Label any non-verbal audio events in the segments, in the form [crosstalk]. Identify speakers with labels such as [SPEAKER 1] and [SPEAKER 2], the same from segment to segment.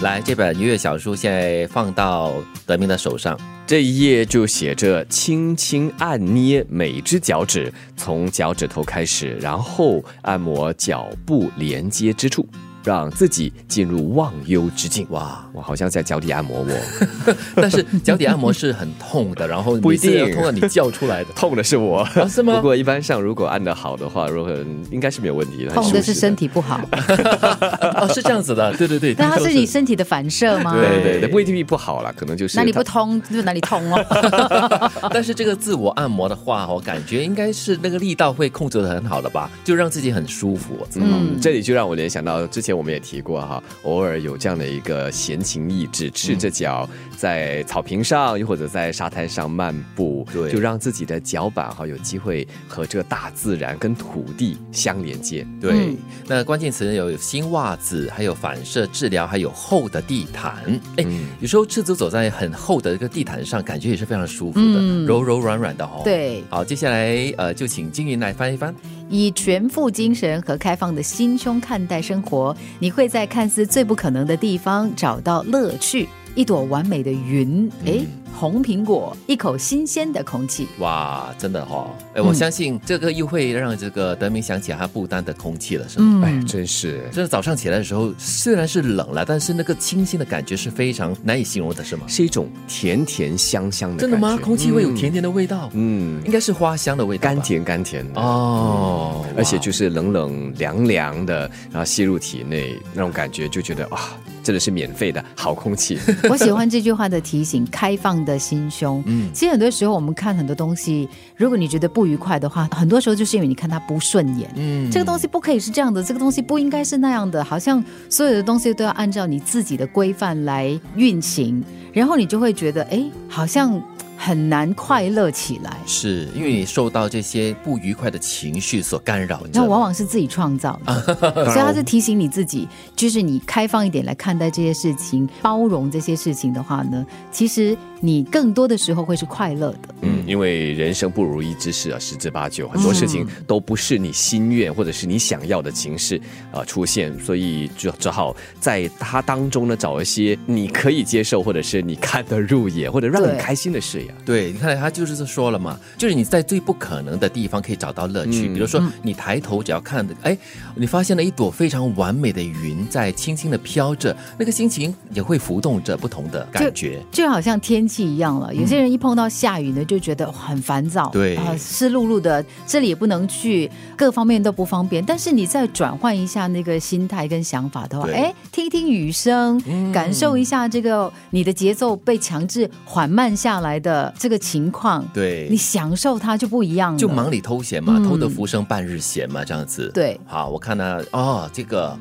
[SPEAKER 1] 来，这本愉悦小书现在放到德明的手 [laughs] 上，
[SPEAKER 2] 这一页就写着：轻轻按捏每只脚趾，从脚趾头开始，然后按摩脚部连接之处，让自己进入忘忧之境。
[SPEAKER 1] 哇！
[SPEAKER 2] 我好像在脚底按摩我，
[SPEAKER 1] 但是脚底按摩是很痛的，然后
[SPEAKER 2] 不一定。
[SPEAKER 1] 每次要痛到你叫出来的
[SPEAKER 2] [laughs] 痛的是我。
[SPEAKER 1] [laughs] 啊，是
[SPEAKER 2] [laughs] 不
[SPEAKER 1] 吗？
[SPEAKER 2] 过一般上，如果按的好的话，如果应该是没有问题的。很
[SPEAKER 3] 痛的是
[SPEAKER 2] 舒适
[SPEAKER 3] 身。体
[SPEAKER 2] [laughs]
[SPEAKER 3] 不好，
[SPEAKER 1] 哦，是这样子 [laughs] 的，对对对。
[SPEAKER 3] 那它
[SPEAKER 1] 听说
[SPEAKER 3] 是你身体的反射吗？
[SPEAKER 2] 对对对，不一定不好啦，可能就是
[SPEAKER 3] 哪里不
[SPEAKER 2] 它
[SPEAKER 3] 通就哪里痛
[SPEAKER 2] [laughs]
[SPEAKER 3] 哦。
[SPEAKER 1] 但是这个自我按摩的话，我感觉应该是那个力道会控制的很好的吧，就让自己很舒服。
[SPEAKER 2] 嗯，这里就让我联想到之前我们也提过哈，偶尔有这样的一个闲情逸致，赤着脚在草坪上，又或者在沙滩上漫步，
[SPEAKER 1] 对
[SPEAKER 2] 就让自己的脚板哈有机会和这个大自然跟土地相连接。
[SPEAKER 1] 对，
[SPEAKER 3] 嗯
[SPEAKER 1] 那关键词有新袜子，还有反射治疗，还有厚的地毯。
[SPEAKER 3] 嗯
[SPEAKER 1] 哎，有时候赤足走在很厚的一个地毯上，感觉也是非常舒服的，
[SPEAKER 3] 嗯
[SPEAKER 1] 柔柔软软的哦。。
[SPEAKER 3] 对，
[SPEAKER 1] 好，接下来呃，就请金云来翻一翻。
[SPEAKER 3] 以全副精神和开放的心胸看待生活，你会在看似最不可能的地方找到乐趣。一朵完美的云，
[SPEAKER 2] 嗯
[SPEAKER 3] 诶，红苹果，一口新鲜的空气。
[SPEAKER 1] 哇，真的哦，哎，我
[SPEAKER 3] 嗯
[SPEAKER 1] 相信这个又会让这个德明想起他不丹的空气了，是吗？
[SPEAKER 2] 哎
[SPEAKER 3] 嗯，，
[SPEAKER 2] 真是。
[SPEAKER 1] 就是早上起来的时候，虽然是冷了，但是那个清新的感觉是非常难以形容的，是吗？
[SPEAKER 2] 是一种甜甜香香的
[SPEAKER 1] 真的吗？
[SPEAKER 2] 感觉
[SPEAKER 1] 空气会有甜甜的味道，
[SPEAKER 2] 嗯，
[SPEAKER 1] 应该是花香的味道吧，
[SPEAKER 2] 甘甜甘甜的，
[SPEAKER 1] 哦，
[SPEAKER 2] 而且
[SPEAKER 1] 哇
[SPEAKER 2] 就是冷冷凉凉的，然后吸入体内那种感觉，就觉得哇，啊真的是免费的好空
[SPEAKER 1] [laughs]
[SPEAKER 2] 气。
[SPEAKER 3] 我喜欢这句话的提醒：开放的心胸。嗯，其实很多时候我们看很多东西，如果你觉得不愉快的话，很多时候就是因为你看它不顺眼。
[SPEAKER 1] 嗯
[SPEAKER 3] 这个东西不可以是这样的，这个东西不应该是那样的，好像所有的东西都要按照你自己的规范来运行，然后你就会觉得，哎，好像很难快乐起来。
[SPEAKER 1] 是因为你受到这些不愉快的情绪所干扰着
[SPEAKER 3] 那往往是自己创造的，所以他是提醒你自己，就是你开放一点来看待这些事情，包容这些事情的话呢，其实你更多的时候会是快乐的。
[SPEAKER 2] 嗯，因为人生不如意之事啊，十之八九，很多
[SPEAKER 3] 嗯
[SPEAKER 2] 事情都不是你心愿或者是你想要的情势啊、呃出现，所以就只好在它当中呢找一些你可以接受，或者是你看得入眼，或者让
[SPEAKER 3] 对
[SPEAKER 2] 你开心的事啊呀、
[SPEAKER 1] 对，你看他就是说了嘛，就是你在最不可能的地方可以找到乐趣。
[SPEAKER 2] 嗯
[SPEAKER 1] 比如说，你抬头只要看，哎，你发现了一朵非常完美的云在轻轻的飘着，那个心情也会浮动着不同的感觉。
[SPEAKER 3] 就好像天气一样了，有些人一碰到下雨呢，就觉得哇很烦躁，
[SPEAKER 1] 嗯对
[SPEAKER 3] 啊、湿漉漉的，这里也不能去，各方面都不方便。但是你再转换一下那个心态跟想法的话，
[SPEAKER 1] 对嗯
[SPEAKER 3] 哎，听一听雨声，感受一下这个你的节奏被强制缓慢下来的这个情况，
[SPEAKER 1] 对
[SPEAKER 3] 你享受它就不一样了。
[SPEAKER 1] 就忙里偷闲嘛，
[SPEAKER 3] 嗯
[SPEAKER 1] 偷得浮生半日闲嘛，这样子。
[SPEAKER 3] 对
[SPEAKER 1] 好，我看呢、哦，这个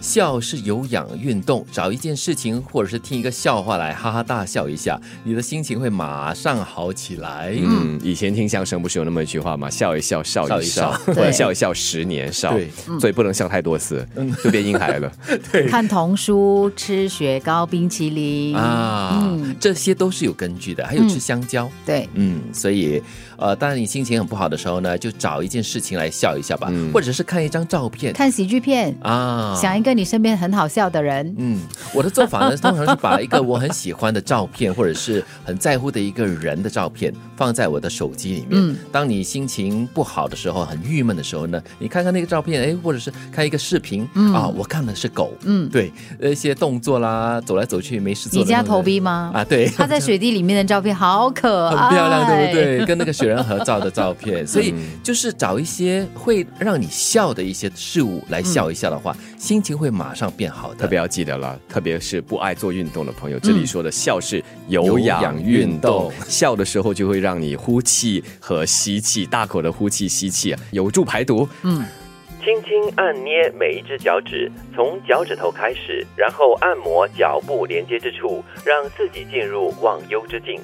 [SPEAKER 1] 笑是有氧运动，找一件事情或者是听一个笑话来哈哈大笑一下，你的心情会马上好起来。
[SPEAKER 2] 嗯，以前听相声不是有那么一句话吗？笑一笑，少
[SPEAKER 1] 少
[SPEAKER 2] 一
[SPEAKER 1] 一
[SPEAKER 2] 少，
[SPEAKER 1] 少
[SPEAKER 2] 或者
[SPEAKER 3] 对
[SPEAKER 2] 笑一嗯笑，十年少。
[SPEAKER 1] 对，
[SPEAKER 2] 所以不能笑太多次，就变婴孩了。
[SPEAKER 3] [laughs] 看童书、吃雪糕、冰淇淋，
[SPEAKER 1] 啊，
[SPEAKER 3] 嗯
[SPEAKER 1] 这些都是有根据的，还有吃香蕉。
[SPEAKER 3] 对，
[SPEAKER 1] 嗯，所以，呃，当然你心情很不好的时候呢，就找一件事情来笑一笑吧，或者是看一张照片
[SPEAKER 3] 嗯看喜剧片，
[SPEAKER 1] 啊。
[SPEAKER 3] 想一个你身边很好笑的人。
[SPEAKER 1] 嗯，我的做法呢，通常是把一个我很喜欢的照片，或者是很在乎的一个人的照片，放在我的手机里面。
[SPEAKER 3] 嗯
[SPEAKER 1] 当你心情不好的时候，很郁闷的时候呢，你看看那个照片，哎，或者是看一个视频、啊，我看的是狗，
[SPEAKER 3] 嗯
[SPEAKER 1] 对，那些动作啦，走来走去没事做
[SPEAKER 3] 你
[SPEAKER 1] 的那
[SPEAKER 3] 家
[SPEAKER 1] 种人。
[SPEAKER 3] 投币吗？
[SPEAKER 1] 啊？对，
[SPEAKER 3] 他在水滴里面的照片好可
[SPEAKER 1] 很
[SPEAKER 3] 爱，
[SPEAKER 1] 漂亮，对不？对？跟那个雪人合照的照片，所以就是找一些会让你笑的一些事物来笑一笑的话，心情会马上变好
[SPEAKER 2] 特
[SPEAKER 1] 的。嗯
[SPEAKER 2] 别要记得了，特别是不爱做运动的朋友，这里说的笑是有氧
[SPEAKER 1] 有氧
[SPEAKER 2] 运
[SPEAKER 1] 运
[SPEAKER 2] 动
[SPEAKER 1] 动，
[SPEAKER 2] 笑的时候就会让你呼气和吸气，大口的呼气吸气，有助排毒。
[SPEAKER 4] 轻轻按捏每一只脚趾，从脚趾头开始，然后按摩脚部连接之处，让自己进入忘忧之境。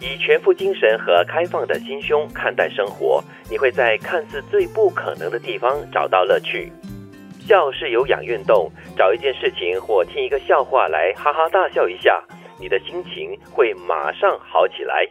[SPEAKER 4] 以全副精神和开放的心胸看待生活，你会在看似最不可能的地方找到乐趣。笑是有氧运动，找一件事情或听一个笑话来哈哈大笑一下，你的心情会马上好起来。